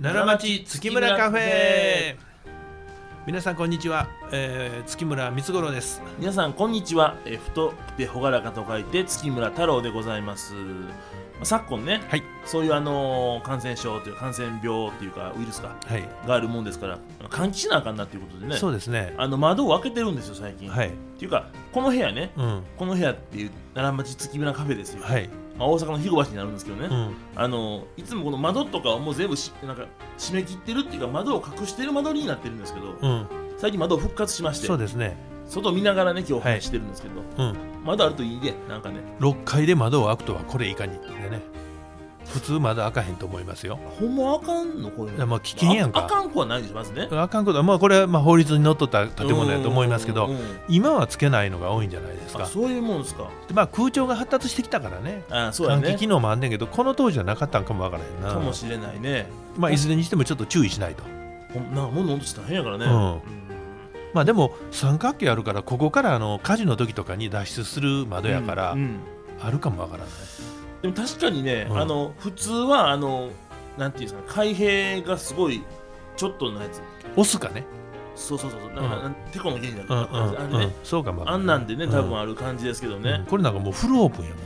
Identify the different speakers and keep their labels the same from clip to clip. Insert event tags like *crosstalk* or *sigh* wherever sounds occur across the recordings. Speaker 1: 奈良町月村カフェ皆さんこんにちは、えー、月村光五郎です
Speaker 2: 皆さんこんにちはえー太くて朗らかと書いて月村太郎でございますまあ昨今ね
Speaker 1: はい
Speaker 2: そういうあのー感染症という感染病っていうかウイルスか
Speaker 1: はい、
Speaker 2: があるもんですから換気しなあかんなっていうことでね
Speaker 1: そうですね
Speaker 2: あの窓を開けてるんですよ最近、
Speaker 1: はい
Speaker 2: っていうかこの部屋ね
Speaker 1: うん
Speaker 2: この部屋っていう奈良町月村カフェですよ、
Speaker 1: はい
Speaker 2: まあ、大阪の広場市になるんですけどね、
Speaker 1: うん
Speaker 2: あのいつもこの窓とかをもう全部しなんか締め切ってるっていうか窓を隠してる間取りになってるんですけど、
Speaker 1: うん
Speaker 2: 最近窓を復活しまして
Speaker 1: そうですね
Speaker 2: 外見ながらね今日お
Speaker 1: はい
Speaker 2: 話ししてるんですけど、
Speaker 1: うん
Speaker 2: 窓あるといいねなんかね
Speaker 1: 6階で窓を開くとはこれいかにでね普通窓開かへんと思いますよ
Speaker 2: ほんまあかんのこういう
Speaker 1: いや
Speaker 2: の
Speaker 1: まあ危険やん
Speaker 2: ああ
Speaker 1: か
Speaker 2: かんこはないでしょまずね
Speaker 1: あかんことはまあこれはまあ法律にのっとった建物だと思いますけ
Speaker 2: うん
Speaker 1: ど
Speaker 2: うんうん
Speaker 1: 今はつけないのが多いんじゃないです
Speaker 2: あ
Speaker 1: か
Speaker 2: そういうもんですか
Speaker 1: でまあ空調が発達してきたからね
Speaker 2: あそうや
Speaker 1: 換気
Speaker 2: ね
Speaker 1: 機能もあんねんけどこの当時はなかったんかもわからへんな
Speaker 2: かもしれないね
Speaker 1: まあ、いずれにしてもちょっと注意しないと
Speaker 2: ほんなんか物落としたら変やからね、
Speaker 1: うん
Speaker 2: うん
Speaker 1: まあでも三角形あるからここからあの火事の時とかに脱出する窓やから、
Speaker 2: うんうん
Speaker 1: あるかもわからない
Speaker 2: でも確かにね、
Speaker 1: うん
Speaker 2: あの普通はあのなんていうんですかね開閉がすごいちょっとのやつ
Speaker 1: 押すかね
Speaker 2: そうそうそうそうなんか、
Speaker 1: うん
Speaker 2: なんてこの原理だ
Speaker 1: うん
Speaker 2: か
Speaker 1: うん
Speaker 2: ら、あ
Speaker 1: う
Speaker 2: れね
Speaker 1: ん、そうかもわから
Speaker 2: あんなんでね多分
Speaker 1: あ
Speaker 2: ある感じですけど
Speaker 1: る
Speaker 2: ね、
Speaker 1: これなんかもうフルオープンやもんね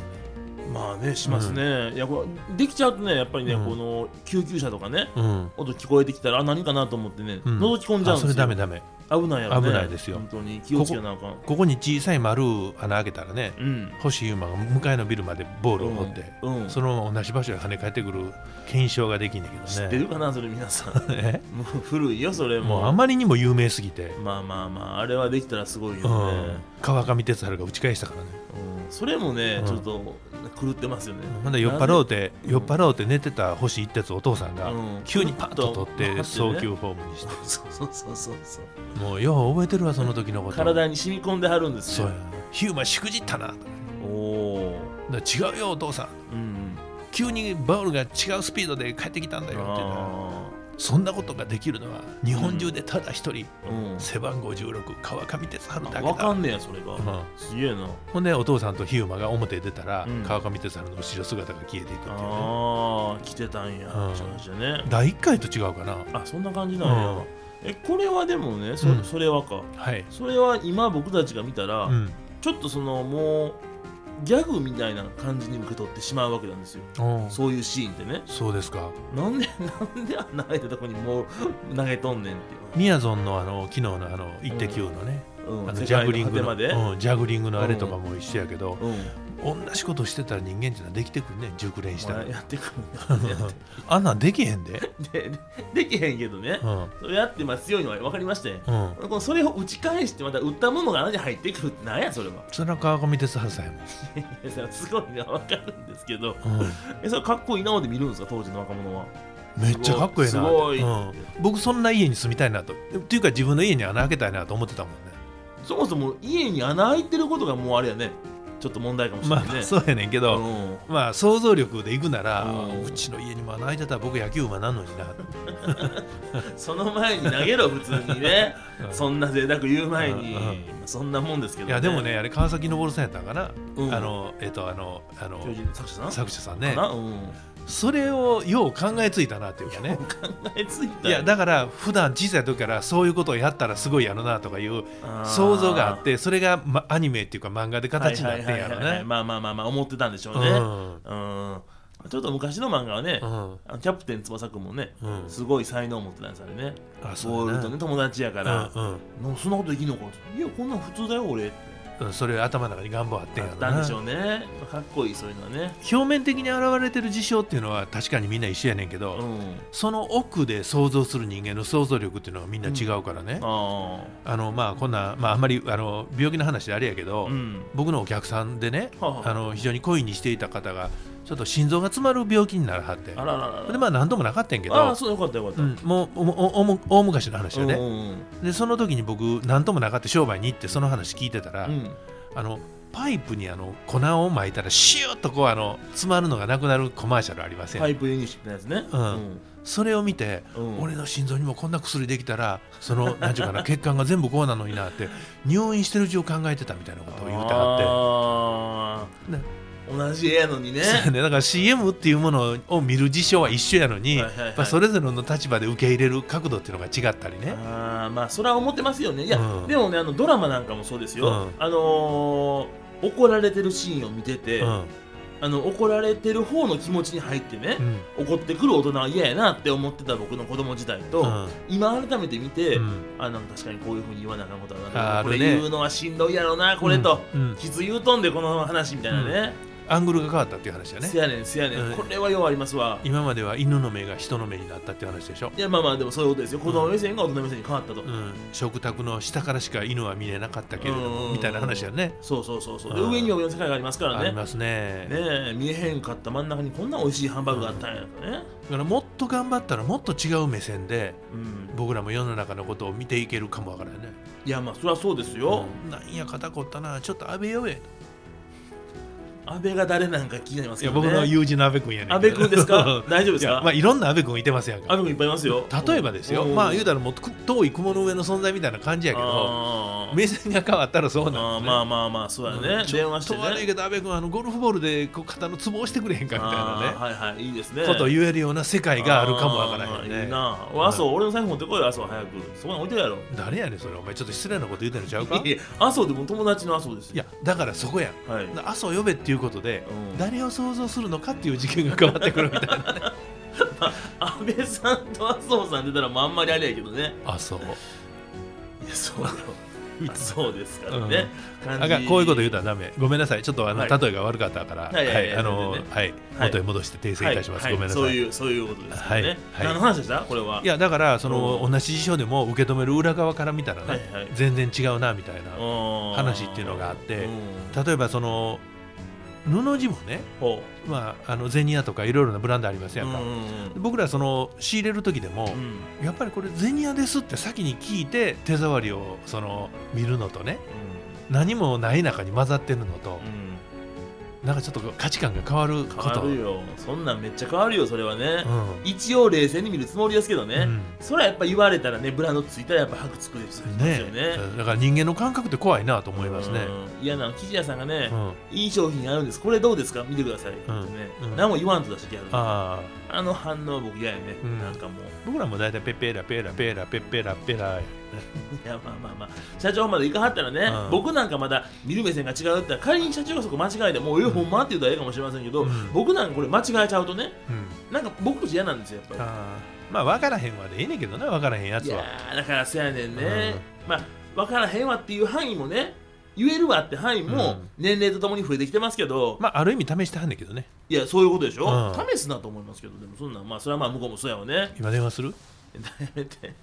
Speaker 2: まあねしますね、いやこれできちゃうとねやっぱりね、
Speaker 1: うん
Speaker 2: この救急車とかね
Speaker 1: うん
Speaker 2: 音聞こえてきたらあ何かなと思ってね、
Speaker 1: うん
Speaker 2: 覗き込んじゃ
Speaker 1: あ
Speaker 2: うん
Speaker 1: そ
Speaker 2: で
Speaker 1: れ
Speaker 2: すよ
Speaker 1: ダメダメ
Speaker 2: 危ないやろね
Speaker 1: 危ないですよ
Speaker 2: 本当に気をつけなあかん
Speaker 1: ここに小さい丸穴開けたらね
Speaker 2: うん
Speaker 1: 星優馬が向かいのビルまでボールを持って、
Speaker 2: うんうん
Speaker 1: そのまま同じ場所に跳ね返ってくる検証ができんだけどね
Speaker 2: 知ってるかなそれ皆さ
Speaker 1: *laughs*
Speaker 2: んも
Speaker 1: え
Speaker 2: う古いよそれも
Speaker 1: もうあまりにも有名すぎて、
Speaker 2: まあまあまああれはできたらすごいよ
Speaker 1: う
Speaker 2: ね
Speaker 1: ん、、川上哲治が打ち返したからね
Speaker 2: うんそれも
Speaker 1: う
Speaker 2: ね、
Speaker 1: ん
Speaker 2: ちょっと狂ってますよね
Speaker 1: まだ酔っ払う
Speaker 2: う
Speaker 1: て
Speaker 2: うん
Speaker 1: 酔っ払うて寝てた星一徹お父さんが
Speaker 2: うん
Speaker 1: 急にパッと取っ
Speaker 2: パ
Speaker 1: て
Speaker 2: ッと
Speaker 1: 送
Speaker 2: ね
Speaker 1: 球フォームにして
Speaker 2: そうそうそうそうそう
Speaker 1: もうよう覚えてるわその時のこと
Speaker 2: 体に染み込んではるんです
Speaker 1: そう
Speaker 2: よ
Speaker 1: やヒューマンしくじったなだか
Speaker 2: おおー
Speaker 1: ら違うよお父さん
Speaker 2: うん
Speaker 1: 急にバウルが違うスピードで帰ってきたんだよってな
Speaker 2: あ
Speaker 1: そんなことができるのは日本中でただ一人、
Speaker 2: ーうん
Speaker 1: 背番号16川上哲治だけだ
Speaker 2: わかんねえやそれが、
Speaker 1: うん
Speaker 2: すげえな
Speaker 1: ほんでお父さんとヒューマンが表へ出たら、
Speaker 2: うん
Speaker 1: 川上哲治の後ろ姿が消えていくっていうね
Speaker 2: ああ来てたんや、
Speaker 1: うん
Speaker 2: そうなんじゃね
Speaker 1: 第1回と違うかな
Speaker 2: あそんな感じなんや、
Speaker 1: うん
Speaker 2: えこれはでもねそ,、
Speaker 1: うん
Speaker 2: それはか
Speaker 1: はい、
Speaker 2: それは今僕たちが見たら、
Speaker 1: うん、
Speaker 2: ちょっとそのもうギャグみたいな感じに受け取ってしまうわけなんですよ
Speaker 1: おう
Speaker 2: そういうシーンってね
Speaker 1: そうですか
Speaker 2: なんで *laughs* なんであんなあえたとこにもう投げとんねんっていう
Speaker 1: みやぞんのあの昨日のあの「イッテ Q!」のね、
Speaker 2: うん
Speaker 1: あの
Speaker 2: 世
Speaker 1: ジャ
Speaker 2: 界
Speaker 1: グリン
Speaker 2: の果
Speaker 1: グ
Speaker 2: て
Speaker 1: の、
Speaker 2: まで、
Speaker 1: うん、ジャグリングのあれとかも一緒やけど、
Speaker 2: うん、
Speaker 1: 同じことしてたら人間っていうのはできてくるね熟練した
Speaker 2: ま
Speaker 1: ら
Speaker 2: あ、やってく
Speaker 1: *laughs*
Speaker 2: るんだね
Speaker 1: あんなんできへんで、
Speaker 2: ででできへんけどね、
Speaker 1: うん
Speaker 2: それやってまあ強いのは分かりましたよ
Speaker 1: うん、
Speaker 2: このそれを打ち返してまた打ったものが穴に入ってくるってなんやそれは *laughs*
Speaker 1: それは川上哲治さんやもん、
Speaker 2: いやそれはすごいのは分かるんですけど
Speaker 1: う
Speaker 2: えそれかっこいいなで見るんですか当時の若者は
Speaker 1: ん、めっちゃかっこええな
Speaker 2: すごい
Speaker 1: うん、僕そんな家に住みたいなとっていうか自分の家に穴開けたいなと思ってたもんね
Speaker 2: そもそも家に穴開いてることがもうあれやねちょっと問題かもしれ
Speaker 1: ま
Speaker 2: な
Speaker 1: あ
Speaker 2: いね、
Speaker 1: まあそうやねんけど、
Speaker 2: うん
Speaker 1: まあ想像力でいくなら、う
Speaker 2: うん
Speaker 1: ちの家にも穴開いてたら僕野球馬なんのにな、
Speaker 2: その前に投げろ普通
Speaker 1: *laughs*
Speaker 2: にね
Speaker 1: うん
Speaker 2: そんな贅沢言う前に、
Speaker 1: うん
Speaker 2: そんなもんですけど、
Speaker 1: いやでもねあれ川崎昇さんやったんかな、
Speaker 2: うん
Speaker 1: あのえっ、とあのあの
Speaker 2: 巨人の作者さん
Speaker 1: 作者さんね
Speaker 2: かな、うん、
Speaker 1: それをよう考えついたなっていうかね
Speaker 2: 考えつい
Speaker 1: い
Speaker 2: た
Speaker 1: やだから普段小さい時からそういうことをやったらすごいやろなとかいう想像があってそれが、ま、アニメっていうか漫画で形になってんや
Speaker 2: はい
Speaker 1: ろ
Speaker 2: はいはいはい
Speaker 1: ね
Speaker 2: まあまあまあまあ思ってたんでしょう
Speaker 1: う
Speaker 2: ね、
Speaker 1: ん
Speaker 2: うんちょっと昔の漫画はね、
Speaker 1: うん
Speaker 2: あのキャプテン翼くんもね、
Speaker 1: うん
Speaker 2: すごい才能を持ってたんですあれね。
Speaker 1: あそ
Speaker 2: ボ
Speaker 1: う
Speaker 2: ー
Speaker 1: や
Speaker 2: ル
Speaker 1: な
Speaker 2: とね、友達やから、
Speaker 1: うん
Speaker 2: のそんなことできんのかっていや、こんなん普通だよ、俺って。
Speaker 1: うんそれ頭の中に願望あってん
Speaker 2: あ
Speaker 1: や
Speaker 2: っ
Speaker 1: ろ
Speaker 2: たん
Speaker 1: な
Speaker 2: でしょうね。かっこいい、そういうのはね。
Speaker 1: 表面的に現れてる事象っていうのは確かにみんな一緒やねんけど、
Speaker 2: うん。
Speaker 1: その奥で想像する人間の想像力っていうのはみんな違うからね、
Speaker 2: あ
Speaker 1: あのまあこんな、まあ、あんまりあの病気の話であれやけ
Speaker 2: あ。
Speaker 1: ど、
Speaker 2: うん。
Speaker 1: 僕のお客さんでね、
Speaker 2: はあはあ
Speaker 1: あの非常に恋にしていた方がちょっと心臓が詰まる病気にならはって
Speaker 2: あらららら。
Speaker 1: でまあ何度もなかったんやけ
Speaker 2: ああ、
Speaker 1: ど、
Speaker 2: そうよかったよかっ
Speaker 1: う
Speaker 2: た。
Speaker 1: ん、もうおもおも大昔の話よ
Speaker 2: う
Speaker 1: ね、
Speaker 2: んうん
Speaker 1: でその時に僕何ともなかって商売に行ってその話聞いてたら、
Speaker 2: うん。うん
Speaker 1: あのパイプにあの粉をまいたらシューッとこうあの詰まるのがなくなるコマーシャルありません、
Speaker 2: パイプ輸入してたやつね。
Speaker 1: うんそれを見て、
Speaker 2: うん
Speaker 1: 俺の心臓にもこんな薬できたらそ
Speaker 2: *laughs*
Speaker 1: の何ていうかな血管が全部こうなのになって入院してるうちを考えてたみたいなことを言うてはって
Speaker 2: ああ。
Speaker 1: ね
Speaker 2: 同じ絵やのにね
Speaker 1: そうやねだから CM っていうものを見る事象は一緒やのに、
Speaker 2: はいはいはい
Speaker 1: やっぱそれぞれの立場で受け入れる角度っていうのが違ったりね
Speaker 2: あーまあそれは思ってますよねいや、
Speaker 1: うん
Speaker 2: でもねあのドラマなんかもそうですよ、
Speaker 1: うん
Speaker 2: あのー怒られてるシーンを見てて、
Speaker 1: うん
Speaker 2: あの怒られてる方の気持ちに入ってね
Speaker 1: う、ん
Speaker 2: 怒ってくる大人は嫌やなって思ってた僕の子供時代と、
Speaker 1: うん
Speaker 2: 今改めて見て、
Speaker 1: うん
Speaker 2: あなんか確かにこういうふうに言わなあかんことはな
Speaker 1: あー
Speaker 2: これ
Speaker 1: あるね
Speaker 2: 言うのはしんどいやろなこれと、
Speaker 1: うんうん
Speaker 2: きつ言うとんでこの話みたいなね、
Speaker 1: アングルが変わったっていう話だね
Speaker 2: せやねんせやねん、
Speaker 1: うん
Speaker 2: これはようありますわ
Speaker 1: 今までは犬の目が人の目になったっていう話でしょ、
Speaker 2: いやまあまあでもそういうことですよ子供目線が大人目線に変わったと、
Speaker 1: うん、食卓の下からしか犬は見れなかったけれど
Speaker 2: う
Speaker 1: も
Speaker 2: ん
Speaker 1: みたいな話だね
Speaker 2: そうそうそうそうで
Speaker 1: うん
Speaker 2: 上には上の世界がありますから
Speaker 1: あり
Speaker 2: ね
Speaker 1: ますね
Speaker 2: ねえ見えへんかった真ん中にこんな美味しいハンバーグがあったんやとね、
Speaker 1: だからもっと頑張ったらもっと違う目線で
Speaker 2: うん、
Speaker 1: 僕らも世の中のことを見ていけるかもわからないね、
Speaker 2: いやまあそりゃそうですよ、
Speaker 1: うんなんや肩こったなちょっと安倍よえ
Speaker 2: 安倍が誰なんか気になりま
Speaker 1: い
Speaker 2: すけ
Speaker 1: や
Speaker 2: ど、ね、
Speaker 1: 僕の友人の安倍君やね
Speaker 2: 安
Speaker 1: け
Speaker 2: 倍
Speaker 1: ど
Speaker 2: 君ですか大
Speaker 1: *laughs*
Speaker 2: 丈夫で
Speaker 1: い
Speaker 2: す
Speaker 1: や
Speaker 2: か、
Speaker 1: まあいろんな安倍君いてますやん
Speaker 2: 安
Speaker 1: か
Speaker 2: 倍君いっぱいいますよ
Speaker 1: 例えばですよ
Speaker 2: うん
Speaker 1: まあ言うたらもうく遠い雲の上の存在みたいな感じやけど
Speaker 2: あー
Speaker 1: 目線が変わったらそう
Speaker 2: あ
Speaker 1: な
Speaker 2: ー
Speaker 1: んですね
Speaker 2: まあまあまあそうだね、
Speaker 1: うんちょ
Speaker 2: 電話してね
Speaker 1: っと悪いけど安倍君あのゴルフボールでこう肩のツボをしてくれへんかみたいな
Speaker 2: あ
Speaker 1: ね
Speaker 2: ーはいはいいいですね
Speaker 1: ことを言えるような世界があるかもわからへん
Speaker 2: あーいい
Speaker 1: ね
Speaker 2: な
Speaker 1: うん
Speaker 2: あそう俺の財布持ってこいよあそう早くそこに置いてるやろ
Speaker 1: 誰やねんそれお前ちょっと失礼なこと言うてんのちゃうか
Speaker 2: いや麻生でも友達の麻生ですよ
Speaker 1: いやだからそこやん
Speaker 2: はい
Speaker 1: な麻生呼べっていうことで、
Speaker 2: うん
Speaker 1: 誰を想像するのかっていう事件が変わってくるみたいなね
Speaker 2: 安倍さんと麻生さん出たらまああんまり *laughs* あれやけどね
Speaker 1: あそう
Speaker 2: いやそうよ *laughs* そうですからね、感じ
Speaker 1: あかんこういうこと言うたらダメごめんなさいちょっとあの、
Speaker 2: はい
Speaker 1: 例えが悪かったから
Speaker 2: いやいやいや
Speaker 1: あの
Speaker 2: 全然ね
Speaker 1: はい
Speaker 2: はい
Speaker 1: 元に戻して訂正いたします、
Speaker 2: は
Speaker 1: ごめんなさい、
Speaker 2: そう
Speaker 1: い
Speaker 2: いうそういうことですよね、
Speaker 1: はいはい
Speaker 2: 何の話でしたこれは
Speaker 1: やだからその、同じ事象でも受け止める裏側から見たらね、
Speaker 2: はいはい
Speaker 1: 全然違うなみたいな話
Speaker 2: 話
Speaker 1: っていうのがあって
Speaker 2: うん、
Speaker 1: 例えばその布地もね、
Speaker 2: ほ
Speaker 1: まあ、あのゼニアとかいろいろなブランドあります
Speaker 2: う
Speaker 1: や
Speaker 2: うんん
Speaker 1: か、
Speaker 2: うん
Speaker 1: 僕らその仕入れる時でも、
Speaker 2: うん
Speaker 1: やっぱりこれゼニアですって先に聞いて手触りをその見るのとね何もない中に混ざってるのと
Speaker 2: うん
Speaker 1: なんかちょっと価値観が変わるこ
Speaker 2: 変
Speaker 1: と
Speaker 2: わるよそんなんめっちゃ変わるよそれはね
Speaker 1: う、ん
Speaker 2: 一応冷静に見るつもりですけどね、
Speaker 1: うん
Speaker 2: それはやっぱ言われたらねブランドついたらやっぱ白つくですよ
Speaker 1: ね
Speaker 2: ね
Speaker 1: だから人間の感覚って怖いなと思いますね
Speaker 2: うんいやな生地屋さんがね、
Speaker 1: うん
Speaker 2: いい商品あるんですこれどうですか見てください、
Speaker 1: ん
Speaker 2: ってね
Speaker 1: うん
Speaker 2: 何も言わんと出してきやるあ
Speaker 1: ああ
Speaker 2: の反応僕嫌やね、
Speaker 1: うん
Speaker 2: なんかもう
Speaker 1: 僕らも大体ペッペラペラペラペッペラペラ
Speaker 2: いやまあまあまあ社長まで行かはったらね、
Speaker 1: うん
Speaker 2: 僕なんかまだ見る目線が違うって言ったら仮に社長がそこ間違えてもうえ
Speaker 1: うん
Speaker 2: ほんまって言うたらええかもしれませんけど、
Speaker 1: うん
Speaker 2: 僕なんかこれ間違えちゃうとね
Speaker 1: うん
Speaker 2: なんか僕たち嫌なんですよやっぱり
Speaker 1: ああまあ分からへんはでええねんけどな分からへんや
Speaker 2: い
Speaker 1: つ
Speaker 2: や
Speaker 1: は
Speaker 2: ーだからそやねんね、まあ分からへんわっていう範囲もね言えるわって範囲
Speaker 1: う
Speaker 2: も
Speaker 1: ん
Speaker 2: 年齢とともに増えてきてますけど、
Speaker 1: まあある意味試してはんねんけどね
Speaker 2: いやそういうことでしょ、
Speaker 1: うん
Speaker 2: 試すなと思いますけどでもそんなんまあそれはまあ向こうもそうやわね *laughs*
Speaker 1: 今電話する
Speaker 2: やめて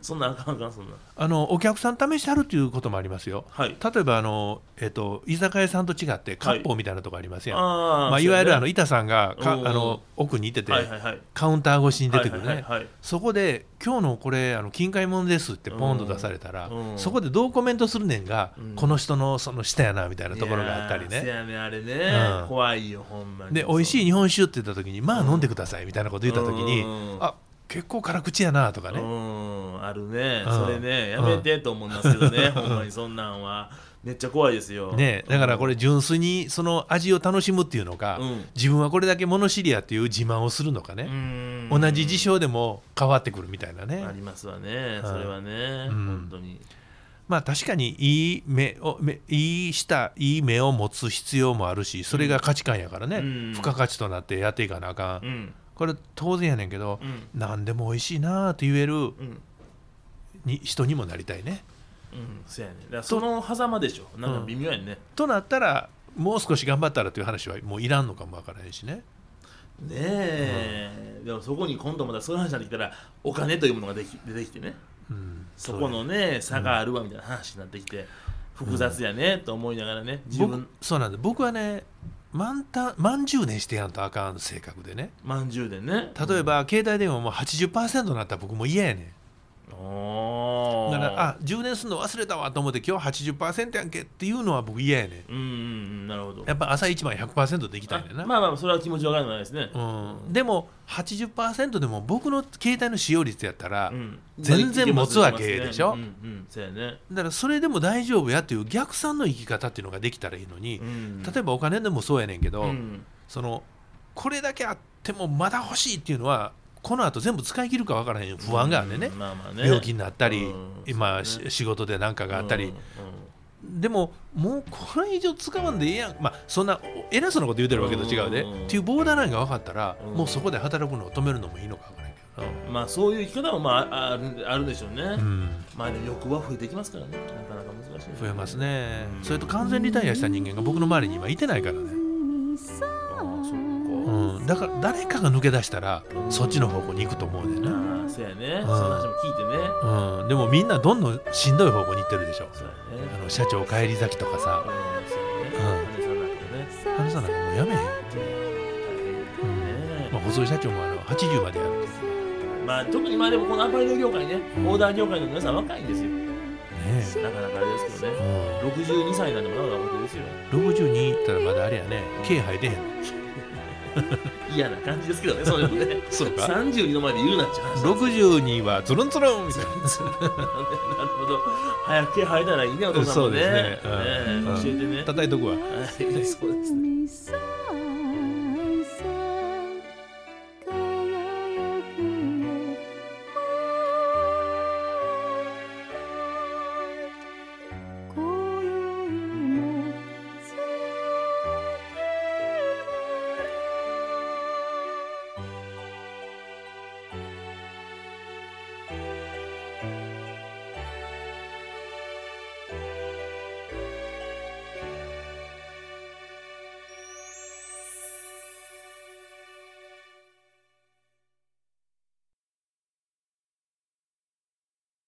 Speaker 2: そんなんあかんあかんそんなん
Speaker 1: あのお客さん試してはるっていうこともありますよ
Speaker 2: はい
Speaker 1: 例えばあの、えっと居酒屋さんと違って割烹みたいなとこありますやん、
Speaker 2: あー
Speaker 1: まあ、
Speaker 2: そう
Speaker 1: い
Speaker 2: や
Speaker 1: わ
Speaker 2: ね
Speaker 1: ゆるあの板さんがかあ
Speaker 2: うんうん
Speaker 1: の奥にいてて、
Speaker 2: はいはいはい
Speaker 1: カウンター越しに出てくるね、
Speaker 2: はいはいはいはい
Speaker 1: そこで「今日のこれあの近海もんです」ってポンと出されたら、
Speaker 2: うんうん
Speaker 1: そこでどうコメントするねんが、
Speaker 2: うん
Speaker 1: この人のその下やなみたいなところがあったり
Speaker 2: いやーせ
Speaker 1: ね。
Speaker 2: やねんあれね、
Speaker 1: うん
Speaker 2: 怖いよほんまに
Speaker 1: で美味しい
Speaker 2: い
Speaker 1: 日本酒って言った時に「まあ
Speaker 2: うん
Speaker 1: 飲んでください」みたいなこと言った時に「あ結構辛口やな」とか
Speaker 2: う
Speaker 1: ね
Speaker 2: んあるね、
Speaker 1: うん
Speaker 2: それねやめてと思いますけ
Speaker 1: *laughs*
Speaker 2: どね、ほんまにそんなんはめっちゃ怖いですよ
Speaker 1: ねだからこれ純粋にその味を楽しむっていうのか、
Speaker 2: うん
Speaker 1: 自分はこれだけ物知りやっていう自慢をするのかね、
Speaker 2: うん
Speaker 1: 同じ事象でも変わってくるみたいなね、
Speaker 2: ありますわねそれはね、
Speaker 1: うん
Speaker 2: 本当に
Speaker 1: まあ確かにいい目を目いい舌いい目を持つ必要もあるしそれが価値観やからね、
Speaker 2: うん
Speaker 1: 付加価値となってやっていかなあかん、
Speaker 2: うん
Speaker 1: これ当然やねんけど
Speaker 2: う、ん
Speaker 1: 何でも美味しいなあって言える
Speaker 2: うん
Speaker 1: に人にもなりたいね
Speaker 2: うんそうやねだからその狭間でしょなんか微妙やね、
Speaker 1: となったらもう少し頑張ったらという話はもういらんのかもわからへんしね
Speaker 2: ねえ、でもそこに今度またそういう話になってきたらお金というものができ出てきてね
Speaker 1: うん
Speaker 2: そこのね差があるわみたいな話になってきて複雑やね、と思いながらね自
Speaker 1: そう
Speaker 2: 分
Speaker 1: 僕そうなんです僕はね満タン満充電してやんとあかん性格でね
Speaker 2: まんじゅうでね
Speaker 1: 例えば携帯電話も80%になったら僕も嫌やねん
Speaker 2: うんお
Speaker 1: だ
Speaker 2: ー
Speaker 1: からあ充電するの忘れたわと思って今日80%やんけっていうのは僕嫌やねん
Speaker 2: うんうんうんなるほど
Speaker 1: やっぱ朝一番100%できたんや
Speaker 2: あ
Speaker 1: な、
Speaker 2: まあまあそれは気持ちわからないですね
Speaker 1: うん、でも80%でも僕の携帯の使用率やったら、
Speaker 2: うん
Speaker 1: 全然持つわけでしょ
Speaker 2: うんうんそうやね
Speaker 1: だからそれでも大丈夫やという逆算の生き方っていうのができたらいいのに、
Speaker 2: 例
Speaker 1: 例えばお金でもそうやねんけど、
Speaker 2: うん
Speaker 1: そのこれだけあってもまだ欲しいっていうのはこの後全部使い切るか分からへん不安があるねんね
Speaker 2: うん、まあまあね
Speaker 1: 病気になったり、
Speaker 2: うん
Speaker 1: 今、
Speaker 2: そうね
Speaker 1: し仕事で何かがあった
Speaker 2: うん
Speaker 1: り、でももうこれ以上使わんでええやん、まあ、そんな偉そうなこと言うてるわけと違うで、
Speaker 2: うん
Speaker 1: っていうボーダーラインが分かったら、
Speaker 2: うん
Speaker 1: もうそこで働くのを止めるのもいいのか分からへんけどな、
Speaker 2: うんまあそういう生き方もまああるあるでしょうね、
Speaker 1: うん
Speaker 2: まあでも欲は増えてきますからねなかなか難しい
Speaker 1: 増えますね、
Speaker 2: うん
Speaker 1: それと完全リタイアした人間が僕の周りに今いてないからね、
Speaker 2: ああそっか、
Speaker 1: うん、だから誰かが抜け出したらそっちの方向に行くと思うねんな、
Speaker 2: ああそうやね、その話も聞いてね
Speaker 1: うん、でもみんなどんどんしんどい方向に行ってるでしょ
Speaker 2: そうやね
Speaker 1: あの社長帰り咲きとか
Speaker 2: うんそうね。金さん
Speaker 1: さ話さな
Speaker 2: だけどね。大変だよね
Speaker 1: もうやめへん、まあ、細井社長もあの80までやるね
Speaker 2: まあ特に今でもこのアパレル業界ね、
Speaker 1: うん
Speaker 2: オーダー業界の皆さん若いんですよ。
Speaker 1: え、
Speaker 2: なかなかあれですけど
Speaker 1: う
Speaker 2: ね。
Speaker 1: ん
Speaker 2: 62歳なんでもなかなか若手ですよ。
Speaker 1: 62いったらまだあれやね毛生えてへん
Speaker 2: 嫌な感じですけどね、それもね。
Speaker 1: *laughs* そうか
Speaker 2: 32の前で言うなっちゃう話なんです
Speaker 1: 62はズルンズルンみたいな
Speaker 2: よね。 *laughs* なるほど。早く毛生えたらいいね、お父さん
Speaker 1: そ
Speaker 2: もね。
Speaker 1: うですねうん
Speaker 2: ねえ
Speaker 1: うん
Speaker 2: 教えてね。
Speaker 1: 叩いとくわ
Speaker 2: はいそうですね。
Speaker 3: ね。